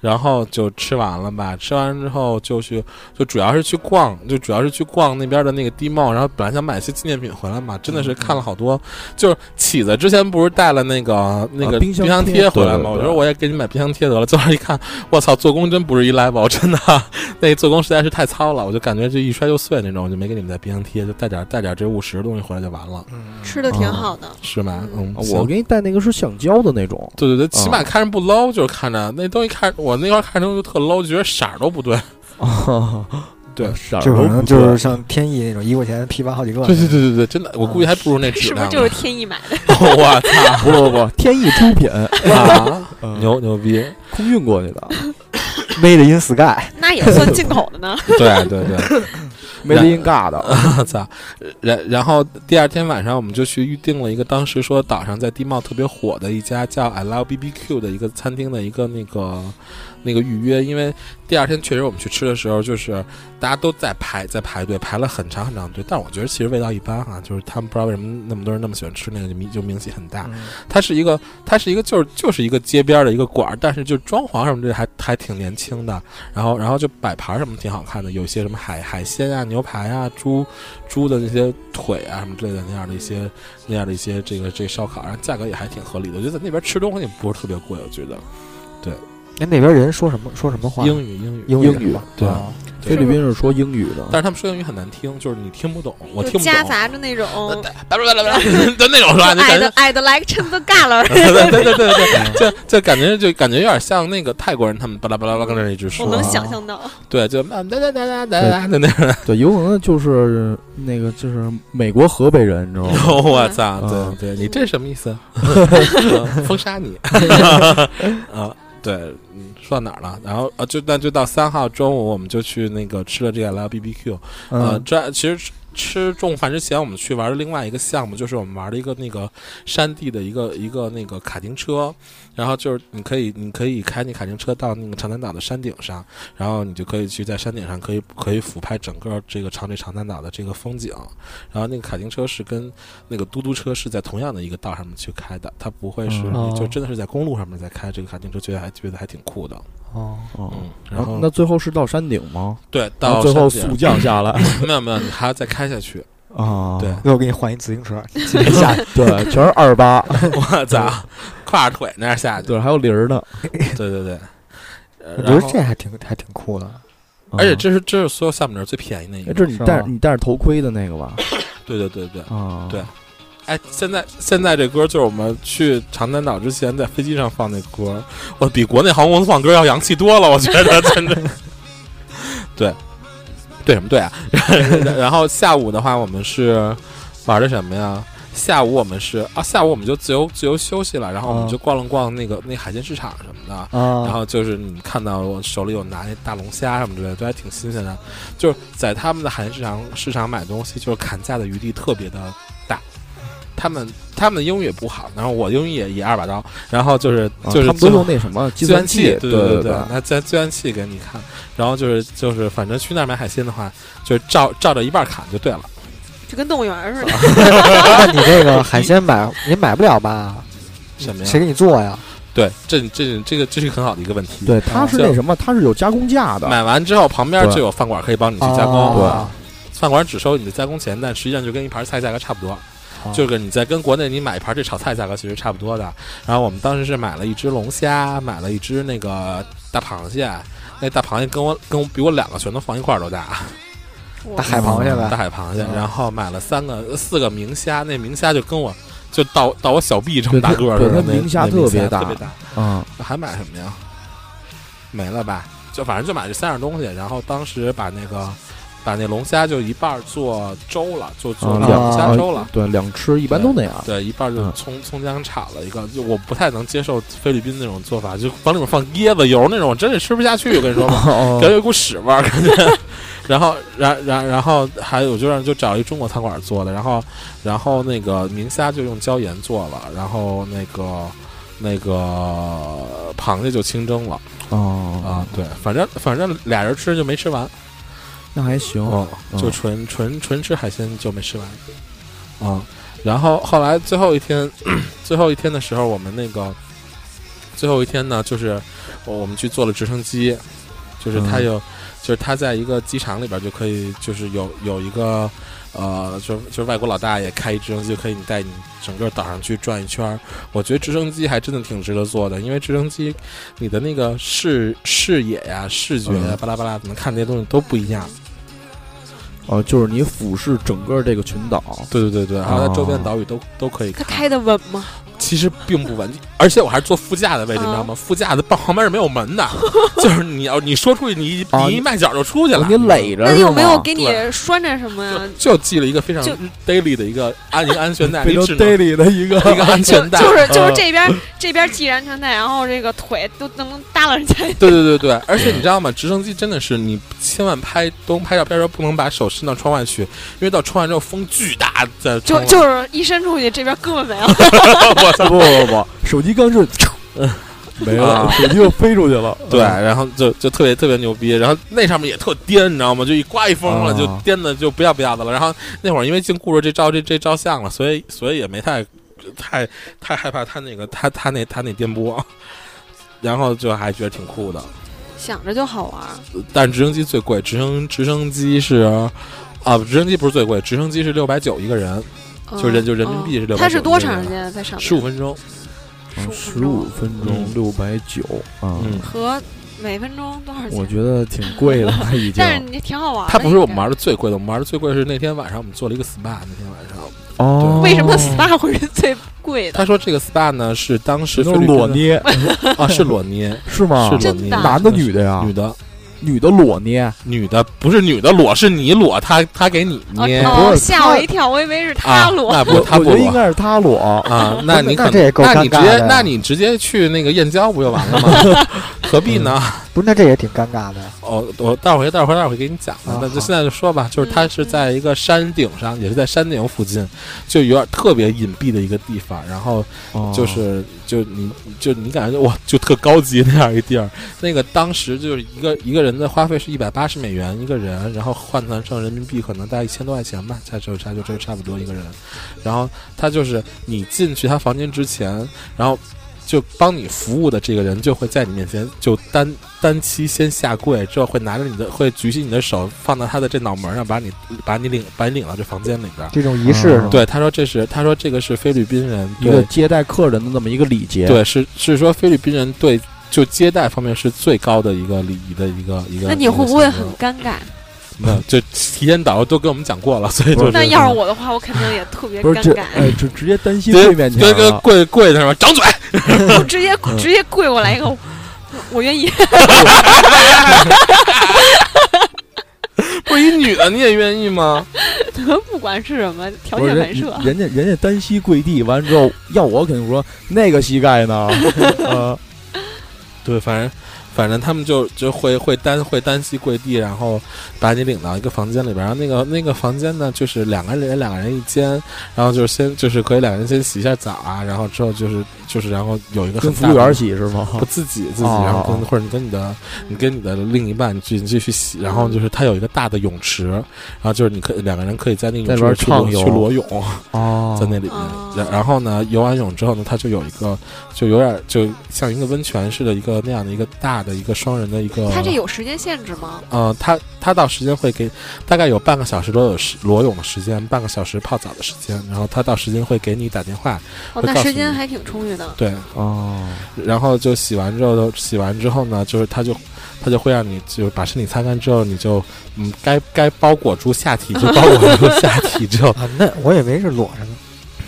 然后就吃完了吧，吃完之后就去，就主要是去逛，就主要是去逛那边的那个地贸，然后本来想买一些纪念品回来嘛，真嗯的是看了好多。就是起子之前不是带了那个那个啊冰箱箱贴贴回来对嘛，对我对说我也给你买冰箱贴得了。最后一看，我操，做工真不是一 level，真的，那做工实在是太糙了，我就感觉就一摔就碎那种，我就没给你们带冰箱贴，就带点带点这务实的东西回来就完了，吃的啊挺好的，是吗？嗯，行我给你带那个是橡胶的那 种，对对对，起码看着不 low，、就是看着那东西看我那块儿看着就特 low，觉得色儿都不对。啊对，色儿就可都能不就是对像天意那种一块钱批发好几个，对 对对对对，真的，我估计还不如那质 是不是量呢。就是天意买 的？我操不 不不，天意出品，啊！嗯 牛牛逼！空 运过去的， ，Made in Sky，那也算进口的呢。对对对。 ，Made in God 的，我操！啊呃然然后第二天晚上，我们就去预定了一个当时说岛上在地貌特别火的一家叫 I Love BBQ 的一个餐厅的一个那个那个预约，因为第二天确实我们去吃的时候，就是大家都在排在排队，排了很长很长的队，但我觉得其实味道一般哈、就是他们不知道为什么那么多人那么喜欢吃那个，就名就名气很大。它是一个，它是一个，就是就是一个街边的一个馆儿，但是就装潢什么的还还挺年轻的，然后然后就摆盘儿什么挺好看的，有些什么海海鲜啊、牛排啊、猪猪的那些腿啊什么之类的那样的一些那样的一些这个这烧烤，然后价格也还挺合理的。我觉得在那边吃东西不是特别贵，我觉得哎，那边人说什么说什么话？英语英语英英语对啊菲律宾是说英语的， 但是他们说英语很难听，就是你听不懂，我就听不夹 懂。杂着那种叭叭叭叭叭 就那种是吧？就感 I'd 觉 I'd like to the galler，对对对对对，就就感觉就感觉有点像那个泰国人，他们巴拉巴拉巴拉跟那一直说我啊，能想象到。对，就啊哒哒哒哒哒哒的那种。对，有可能就是那个就是美国河北人，你知道吗？ 我操！嗯对对，你这是什么意思？封杀你啊！对，嗯说到哪儿了？然后啊，就那就到三号中午，我们就去那个吃了这个 L B B Q。呃，嗯，这其实吃吃中午饭之前，我们去玩了另外一个项目，就是我们玩了一个那个山地的一个一个那个卡丁车，然后就是你可以你可以开那卡丁车到那个长滩岛的山顶上，然后你就可以去在山顶上可以可以俯拍整个这个长这长滩岛的这个风景，然后那个卡丁车是跟那个嘟嘟车是在同样的一个道上面去开的，它不会是、嗯你就真的是在公路上面在开这个卡丁车，觉得还觉得还挺酷的，哦，哦嗯，然后那最后是到山顶吗？对到最后山速顶降下来 没有没有，你还要再开下去，啊， 对。 那我给你换一自行车，今天 下去对，全是二八，我操，跨着腿那样下去。对，还有零儿的，嗯对对对，呃 我觉然得后这还挺还挺酷的。而且这是这是所有项目里面最便宜的一哎个。这是你是戴吗你戴着头盔的那个吧？对对对对，啊， 对哎，现在现在这歌就是我们去长滩岛之前在飞机上放那歌，我比国内航空公司放歌要洋气多了，我觉得真的。 对，对什么对啊？ 然后下午的话，我们是玩的什么呀？下午我们是啊，下午我们就自由自由休息了，然后我们哦就逛了逛那个那海鲜市场什么的，啊，然后就是你看到我手里有拿那大龙虾什么之类的，都还挺新鲜的。就是在他们的海鲜市场市场买东西，就是砍价的余地特别的大。他们他们的英语也不好，然后我英语也也二把刀，然后就是啊就是他们都用那什么计计算器，对对对，拿计计算器给你看，然后就是就是反正去那儿买海鲜的话，就是照照着一半砍就对了。就跟动物园似的，那你这个海鲜买也买不了吧？什么谁呀？给你做呀？对，这这这个这是很好的一个问题。对，它是那就什么，它是有加工价的，买完之后，旁边对就有饭馆可以帮你去加工。啊饭馆只收你的加工钱，但实际上就跟一盘菜价格差不多，哦就跟你在跟国内你买一盘这炒菜价格其实差不多的。然后我们当时是买了一只龙虾，买了一只那个大螃蟹，那大螃蟹跟我跟我比我两个拳头放一块儿都大，大海螃蟹 大呗。海螃蟹。嗯然后买了三个四个明虾，那明虾就跟我就到到我小臂这么大个儿对似的，它那明虾那明特别虾大特别大。啊，还买什么呀？没了吧？就反正就买这三样东西，然后当时把那个把那龙虾就一半儿做粥了，做做啊做两龙虾粥了。对，两吃一般都那样，对，一半儿就嗯葱葱姜炒了一个，就我不太能接受菲律宾那种做法，就往里面放椰子油那种，我真是吃不下去。我跟你说吧， 感觉有一股屎味儿，感觉。 然后，然然然后还有就让就找一中国餐馆做的，然后然后那个明虾就用椒盐做了，然后那个那个螃蟹就清蒸了啊啊，，对，反正反正俩人吃就没吃完，那还行，嗯，就嗯纯纯纯吃海鲜就没吃完，哦啊，然后后来最后一天， 最后一天的时候，我们那个最后一天呢，就是我我们去坐了直升机，就是它嗯有，就是它在一个机场里边就可以，就是有有一个呃，就就是外国老大爷开一直升机，就可以你带你整个岛上去转一圈儿。我觉得直升机还真的挺值得坐的，因为直升机你的那个视视野呀、视觉呀、嗯巴拉巴拉，能看那些东西都不一样。哦，就是你俯视整个这个群岛，对对对对，还有它周边岛屿都都可以它看。 开的稳吗？其实并不稳，而且我还是坐副驾的位置，你知道吗？副驾的旁旁边是没有门的，就是你要你说出去，你一啊你一迈脚就出去了。你垒着那是有没有吗给你拴着什么呀？就系了一个非常就 daily 的一个安一个安全带，非你常只能 daily 的 一个一个安就全带。就是就嗯呃是这边 这边系着安全带，然后这个腿都能耷拉 人家。对对对对，而且你知道吗？直升机真的是你千万拍东拍照片的时候不能把手伸到窗外去，因为到窗外之后风巨大，在窗就外就是一伸出去，这边胳膊没了。 不不不不， 手机刚是 没了，啊手机又飞出去了。啊对，然后就就特别特别牛逼，然后那上面也特颠，你知道吗？就一刮一风了，啊就颠的就不要不要的了。然后那会儿因为净顾着这照这这照相了，所以所以也没太太太害怕他那个他他那他那颠簸，然后就还觉得挺酷的。想着就好玩儿，但直升机最贵，直升直升机是啊，直升机不是最贵，直升机是六百九一个人，嗯就人就人民币是嗯600它是多长时间在上面？十五嗯分钟。十五分钟嗯六百九啊，嗯，和每分钟多少我钱？觉得挺贵的， 已经但是你挺好玩儿的。它不是我们应该玩的最贵的，我们玩的最贵是那天晚上我们做了一个 SPA，那天晚上。哦。 为什么 SPA 会是最贵的？他说这个 SPA 呢是当时都菲是律宾裸的 捏啊，是裸捏，是啊吗？是裸真捏，的男的女的呀？女的，女的裸捏，女的不是女的裸，是你裸，他他给你捏不哦，是吓我一跳，我以为是啊他， 裸。那我不他我不觉得应裸该是他裸。啊，那你可那这也够那尴你尬直接的呀。那你直接去那个燕郊不就完了 吗？何必呢？不是那这也挺尴尬的呀。哦，我待会儿待会儿待会儿给你讲啊的，那就好现在就说吧，就是它是嗯在一个山顶上，也是在山顶附近，就有点特别隐蔽的一个地方，然后哦就是就你就你感觉哇，就特高级那样一个地儿。那个当时就是一个一个人的花费是一百八十美元一个人，然后换算成人民币可能大概一千多块钱吧，差就差就这差不多一个人。然后他就是你进去他房间之前，然后就帮你服务的这个人就会在你面前就单单膝先下跪，之后会拿着你的会举起你的手放到他的这脑门上，把你把你领把你领到这房间里边儿。这种仪式是嗯吗？对，他说这是他说这个是菲律宾人一个对接待客人的这么一个礼节。，对，是是说菲律宾人对就接待方面是最高的一个礼仪的一个一个。那你一个会不会行很为尴尬？那就提前导游都跟我们讲过了，所以不就是那要是我的话，我肯定也特别不是尴这尬，哎，就直接担心直对接面前啊跟跟了跪跪那什么，掌嘴， 我直接嗯直接跪过来一个，我我愿意。 不是一哎女的你也愿意吗？ 不管是什么条不是件反人射，哦人家人家单膝跪地，完之后要我肯定说那个膝盖呢， 呃，对，反正反正他们就就会会单会单膝跪地，然后把你领到一个房间里边，然后那个那个房间呢，就是两个人两个人一间，然后就是先就是可以两个人先洗一下澡啊，然后之后就是就是然后有一个很跟服大务的员洗是 吗？不自己自己，哦然后跟哦或者你跟你的你跟你的另一半去你去去洗，然后就是它有一个大的泳池，然后就是你可以两个人可以在那个在泳里池边去裸畅游去裸泳，哦在那里面哦，然然后呢游完泳之后呢，它就有一个就有点就像一个温泉似的一个那样的一个大的一个双人的一个，他这有时间限制吗？呃，它它到时间会给大概有半个小时裸泳时裸泳的时间，半个小时泡澡的时间，然后它到时间会给你打电话，哦，会那告诉时间你还挺充裕的。对，哦，然后就洗完之后，洗完之后呢，就是它就它就会让你就是把身体擦干之后，你就嗯该该包裹住下体就包裹住下体之 后，啊，那我以为是裸着呢。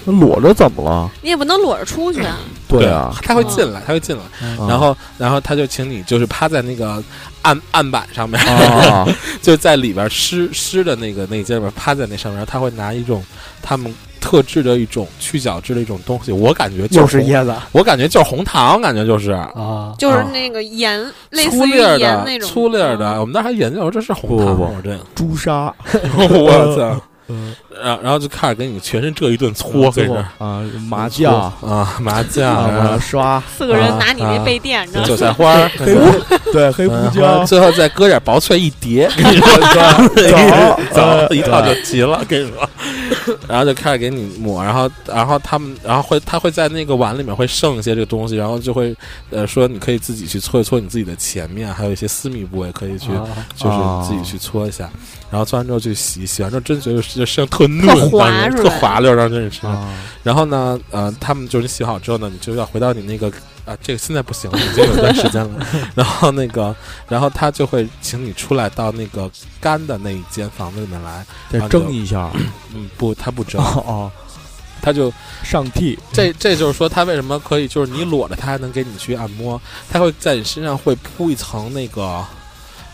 那裸着怎么了？你也不能裸着出去啊。对啊，它会哦进来，它会进来，嗯啊然后然后它就请你就是趴在那个案案板上面， 啊， 就在里边湿湿的那个那间里边趴在那上面，然后他会拿一种他们。特制的一种去角质的一种东西，我感觉又就是红，椰子我感觉就是红糖，感觉就是啊，就是啊那个盐，类哦粗似于粒儿盐那的，种嗯粗粒儿的。我们那儿还研究这是红不糖不吗，不我这个。朱砂， 我操！嗯，然后然后就开始给你全身这一顿搓，跟最后着啊，麻将啊麻将，然啊，后刷四个人啊拿你那啊被垫，你知道韭吗？菜花儿， 黑胡，对黑胡嗯然椒后，最后再搁点薄脆一叠，跟 你说跟你说枣呃枣一套就齐了，跟你说。然后就开始给你抹，然后然后他们然后会他会在那个碗里面会剩一些这个东西，然后就会呃说你可以自己去搓一搓你自己的前面，还有一些私密部位可以去啊就是哦自己去搓一下，然后搓完之后去洗，洗完之后真觉得就身上特嫩，特滑当时是特吧滑溜，当时你身上。啊然后呢，呃，他们就是洗好之后呢，你就要回到你那个啊，这个现在不行了，已经有一段时间了。然后那个，然后他就会请你出来到那个干的那一间房子里面来。啊再蒸一下，嗯，不，他不蒸，哦哦，他就上帝，这这就是说，他为什么可以，就是你裸着他还能给你去按摩，他会在你身上会铺一层那个，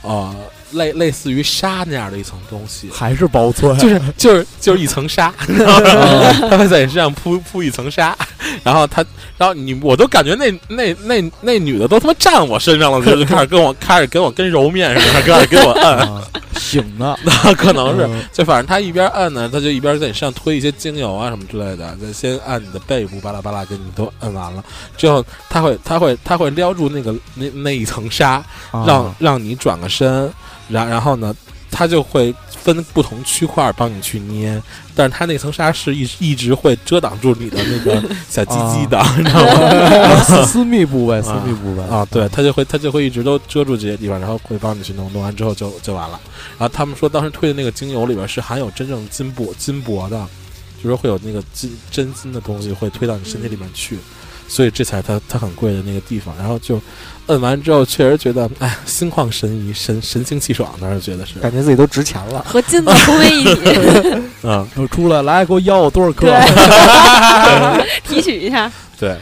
呃，类类似于纱那样的一层东西，还是包寸，就是就是就是一层纱，他会在你身上铺铺一层纱，然后他，然后你，我都感觉那那那那女的都他妈站我身上了，就是开始跟我开始跟我跟揉面似的，开始给我按，啊醒呢，可能是嗯就反正他一边按呢，他就一边在你身上推一些精油啊什么之类的，就先按你的背部，巴拉巴拉给你都按完了，之后他会他会他会撩住那个那那一层纱，啊让、让你转个身，然然后呢，他就会分不同区块帮你去捏，但是他那层纱是一一直会遮挡住你的那个小鸡鸡的，你知道吗？私 私密部位，私密部位啊，对，他就会他就会一直都遮住这些地方，然后会帮你去弄，弄完之后就就完了。然后他们说当时推的那个精油里边是含有真正金箔金箔的，就是会有那个金真金的东西会推到你身体里面去，所以这才它它很贵的那个地方。然后就摁完之后，确实觉得哎，心旷神怡，神神清气爽，当时觉得是，哎感觉自己都值钱了。和金子同 为一体，嗯，我出来来给我要多少克？对， 提取一下，对。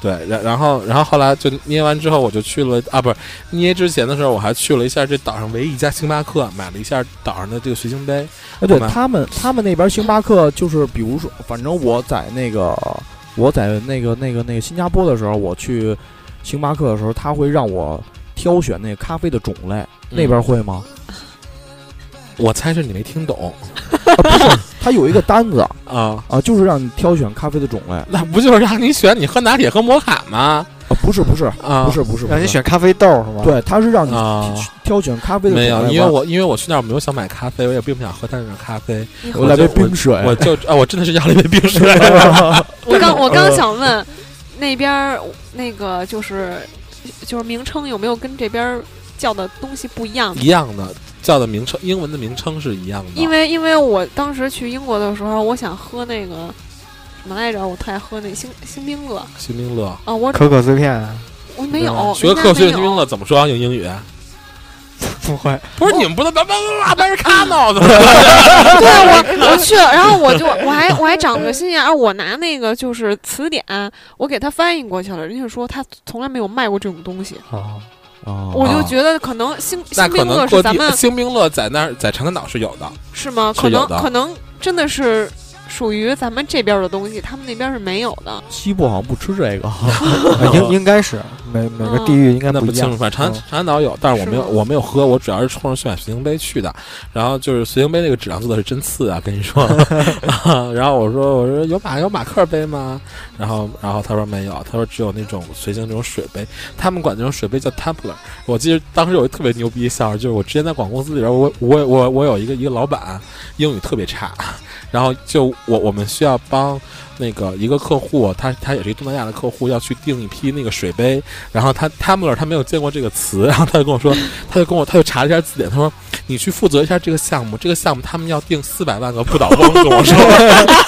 对，然然后然后后来就捏完之后，我就去了啊，不是捏之前的时候，我还去了一下这岛上唯一一家星巴克，买了一下岛上的这个随行杯。哎，对好吧他们，他们那边星巴克就是，比如说，反正我在那个，我在那个那个那个新加坡的时候，我去星巴克的时候，他会让我挑选那个咖啡的种类，嗯那边会吗？我猜是你没听懂啊、不是，他有一个单子啊，啊，就是让你挑选咖啡的种类啊，那不就是让你选你喝拿铁喝摩卡吗？不是不是啊，不是不是，让你不是，选咖啡豆是吧？，对，他是让你啊，挑选咖啡的种没有，类，因为我因为我去那儿我没有想买咖啡，我也并不想喝他那种咖啡，我来杯冰水，我就啊，我真的是要了一杯冰水。 我刚我刚想问，那边儿那个就是就是名称有没有跟这边儿叫的东西不一样的？一样的，叫的名称，英文的名称是一样的。因为因为我当时去英国的时候，我想喝那个什么来着，我特爱喝那星星冰乐星冰乐啊，我可可碎片我没有，啊学个人家科学没星有冰乐怎么说啊用英语？哦不会，不是你们不能叭叭叭叭叭卡脑子吗？ 对我我去了，然后我就我还我还长了个心眼儿，我拿那个就是词典，我给他翻译过去了，人家说他从来没有卖过这种东西，啊，啊，我就觉得可能星星哦那可冰乐能是各咱们地星冰乐在那儿在长滩岛是有的，是吗？是可能有的可能真的是属于咱们这边儿的东西，他们那边儿是没有的。 西部好像不吃这 个，啊应应该是每每个地域应该哦那不一清楚，样。反正长嗯长滩岛有，但是我没有，是吗我没有喝，我主要是冲着去买随行杯去的。然后就是随行杯那个质量做的是真次啊，跟你 说。啊然后我说我说有马有马克杯吗？然后然后他说没有，他说只有那种随行这种水杯，他们管这种水杯叫 tumbler。我记得当时有一个特别牛逼的笑话，就是我之前在广告公司里边，我我我我有一个一个老板，英语特别差，然后就我我们需要帮。那个一个客户，他他也是一东南亚的客户，要去订一批那个水杯，然后他他们那儿他没有见过这个词， 然后他就跟我说，他就跟我他就查了一下字典，他说你去负责一下这个项目，这个项目他们要定四百万个不倒翁，跟我说，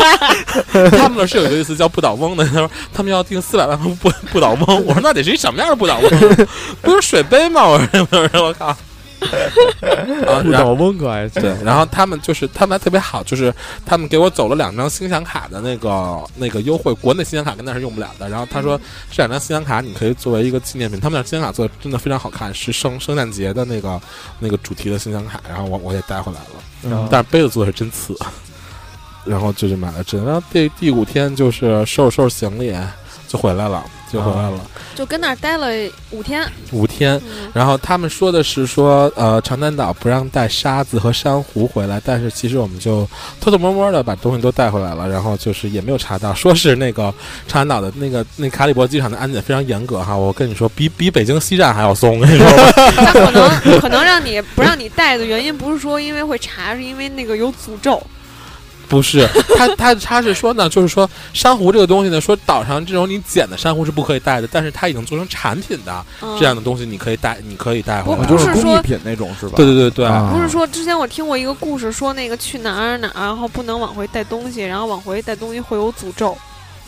他们那儿是有一个词叫不倒翁的，他说他们要定四百万个不不倒翁，我说那得是一什么样的不倒翁？不是水杯吗？我说我说我靠，啊，不然后倒翁可还行对，然后他们就是他们还特别好，就是他们给我走了两张星享卡的那个那个优惠，国内星享卡跟那是用不了的。然后他说这两张星享卡你可以作为一个纪念品，他们那星享卡做的真的非常好看，是圣圣诞节的那个那个主题的星享卡，然后我我也带回来了。嗯但是杯子做的是真次， 然后就去买了真。然后第第五天就是收拾收拾行李就回来了，就回来了、就跟那儿待了五天，五天。 嗯，然后他们说的是说，呃，长滩岛不让带沙子和珊瑚回来，但是其实我们就偷偷摸摸的把东西都带回来了，然后就是也没有查到，说是那个长滩岛的那个那卡里伯机场的安检非常严格哈，我跟你说，比比北京西站还要松， 我跟你说吧，他可能可能让你不让你带的原因不是说因为会查，是因为那个有诅咒。不是，他他他是说呢，就是说珊瑚这个东西呢，说岛上这种你捡的珊瑚是不可以带的，但是它已经做成产品的嗯、这样的东西，你可以带，你可以带回我来不就是是工说艺品那种是吧？对对对对，啊不是说之前我听过一个故事，说那个去哪儿哪儿，然后不能往回带东西，然后往回带东西会有诅咒。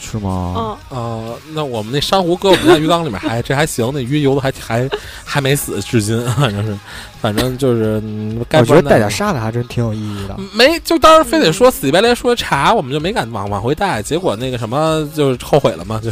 是吗？ 嗯，呃，那我们那珊瑚搁我们家鱼缸里面还 这还行，那鱼游的还还还没死，至今 反正是，反正就是嗯该我觉得不然那带点沙的还真挺有意义嗯的。没，就当时非得说死乞白赖说查，我们就没敢往往回带，结果那个什么就是后悔了嘛，就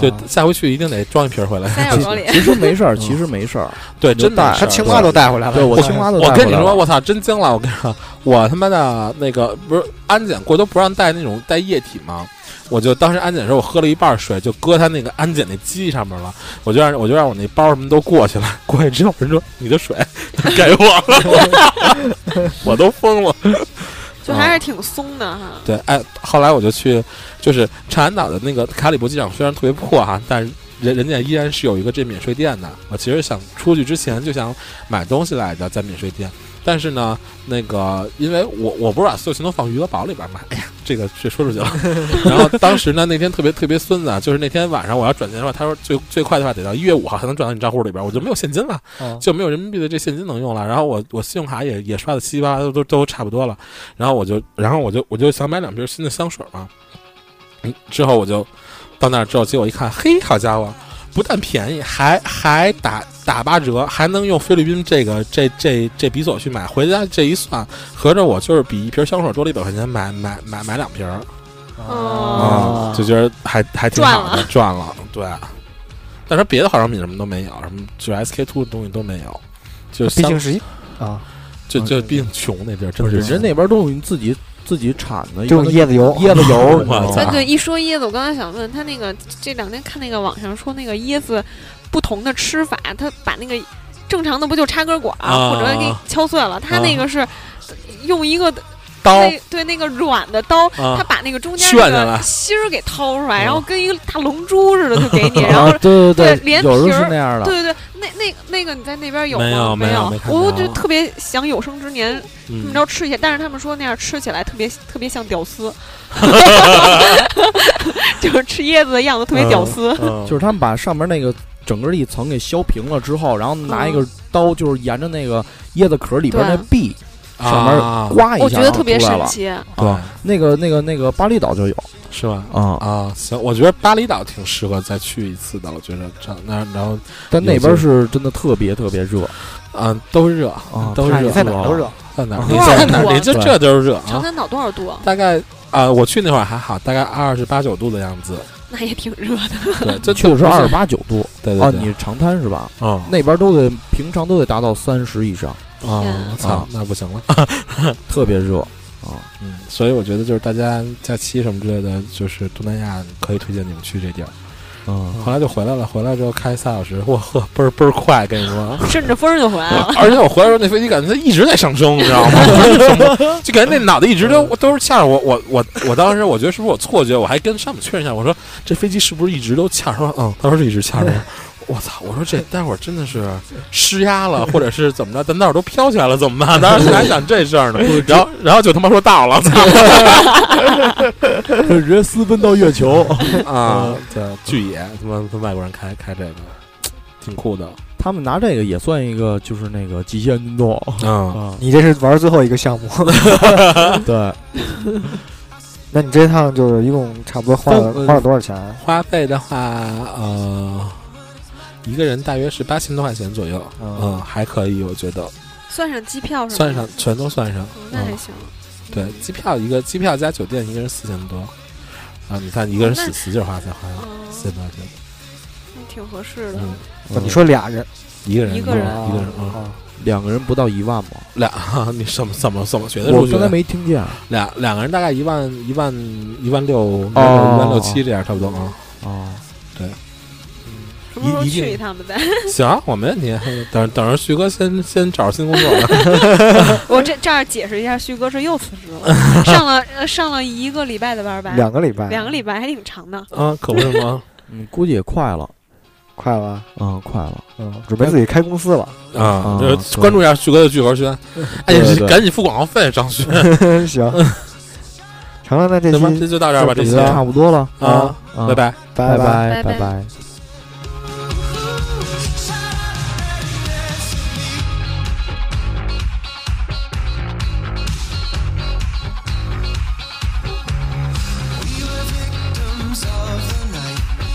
就啊下回去一定得装一瓶回来。三角其桌里其实没事儿，其实没事儿。对，就真的带是嗯他青蛙都带回来了，对我哎青蛙都带我跟你回来说，了我操，真惊了！我跟你说，我他妈的那个不是安检过都不让带那种带液体吗？我就当时安检的时候，我喝了一半水，就搁他那个安检那机上面了。我就让我就让我那包什么都过去了，过去之后人说你的水 给我了， 我都疯了。就啊还是挺松的哈。对，哎，后来我就去，就是长安岛的那个卡里伯机场虽然特别破哈，但是人人家依然是有一个这免税店的。我其实想出去之前就想买东西来着，在免税店。但是呢，那个因为我我不是把所有钱都放余额宝里边嘛，哎呀，这个这说出去了。然后当时呢，那天特别特别孙子啊，就是那天晚上我要转钱的话，他说最最快的话得到一月五号才能转到你账户里边，我就没有现金了。嗯就没有人民币的这现金能用了。然后我我信用卡也也刷的稀里巴拉都都都差不多了。然后我就然后我就我就想买两瓶新的香水嘛。嗯，之后我就到那儿之后，结果一看，嘿，好家伙，不但便宜，还还打打八折，还能用菲律宾这个这这这比索去买。回家这一算，合着我就是比一瓶香水多了一百块钱买，买买买两瓶儿哦哦啊，就觉得还还挺好的，赚了，对。但是别的化妆品什么都没有，什么就 SK two 的东西都没有，就毕相竟是一啊，就啊就对毕竟穷那地儿，真嗯不的是是人那边都是自己自己产的，就是一般都椰子油，椰子 油，我操哎，啊对，一说椰子，我刚才想问他那个这两天看那个网上说那个椰子不同的吃法，他把那个正常的不就插根管儿、啊或者给敲碎了，他那个是用一个刀那对那个软的刀，他啊，把那个中间旋下那个来芯儿给掏出来，然后嗯跟一个大龙珠似的就给 你，然后啊，对对对连有皮的是儿那样的。对对对，那那那个你在那边有没吗？有没有有没，看我到就特别想有生之年这么嗯着吃一下，但是他们说那样吃起来特别特别像屌丝， 就是吃椰子的样子特别屌丝。嗯就是他们把上面那个整个一层给削平了之后，然后拿一个刀，就是沿着那个椰子壳里边对那壁上面啊刮一下，我觉得特别然后神出来了。奇，对啊那个那个那个巴厘岛就有是吧？啊，啊，行，我觉得巴厘岛挺适合再去一次的，我觉得这样那然后但那边是真的特别特别热啊都热，啊，都看热哎你在哪儿都热，在哪儿？啊你多少在哪度儿？啊你就 对这就是热长啊！滩岛多少度啊？大概啊，我去那会儿还好，大概二十八九度的样 子，那也挺热的。对，这确实不二十八九度对啊对，对，你长滩是吧？啊那边都得平常都得达到三十以上，啊，我操啊，那不行了。 特别热啊。嗯，所以我觉得就是大家假期什么之类的，就是东南亚可以推荐你们去这地儿。嗯，后来就回来了，回来之后开仨小时，我呵，倍儿倍儿快，跟你说。顺着风儿就回来了。而且我回来的时候，那飞机感觉它一直在上升，你知道吗？ 就感觉那脑袋一直都都是掐着我，我我我当时我觉得是不是我错觉？我还跟山姆确认一下，我说这飞机是不是一直都掐着？他说嗯，他说是一直掐着。我操！我说这待会儿真的是失压了，或者是怎么着？咱那会儿都飘起来了，怎么办？当时还想这事儿呢，然后然后就他妈说到了，操！ 直接私奔到月 球。 嗯啊，对，巨野，他妈他妈外国人开开这个，挺酷的。他们拿这个也算一个，就是那个极限运动嗯， 啊。你这是玩最后一个项 目，嗯对，那你这趟就是一共差不多花了但呃花了多少钱啊？花费的话，呃，一个人大约是八千多块钱左右，嗯嗯，还可以，我觉得 算上机票什么算的，上全都算上，嗯那还嗯，行。对，机票一个机票加酒店一个人四千多，啊，你看一个人使哦那使劲花才花嗯，四千多块钱，那挺合适的。嗯，哦你说俩人，一个人一个人一个人，嗯，啊两个人不到一万吧？俩， 你怎么怎么怎么学的我数刚才学？没听见俩两个人大概一万一万一万六一哦万六七这样差不多啊。啊。什么时候一一定去一趟吧？再。行，啊我没问题。等等着旭哥先先找新工作吧。我这这儿解释一下，旭哥是又辞职了，上了呃上了一个礼拜的班吧，嗯两个礼拜，两个礼拜还挺长的。啊，可不是吗？嗯，估计也快了，快了，啊嗯，快了。嗯，准备自己开公司了，啊啊就是对关注一下旭哥的聚合圈。哎，对你对赶紧付广告费，张 旭。行，成了，那这行吧，这期就到这儿吧，这期行差不多了，啊，啊拜，拜。拜拜。拜拜拜拜拜。 victims of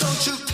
don't you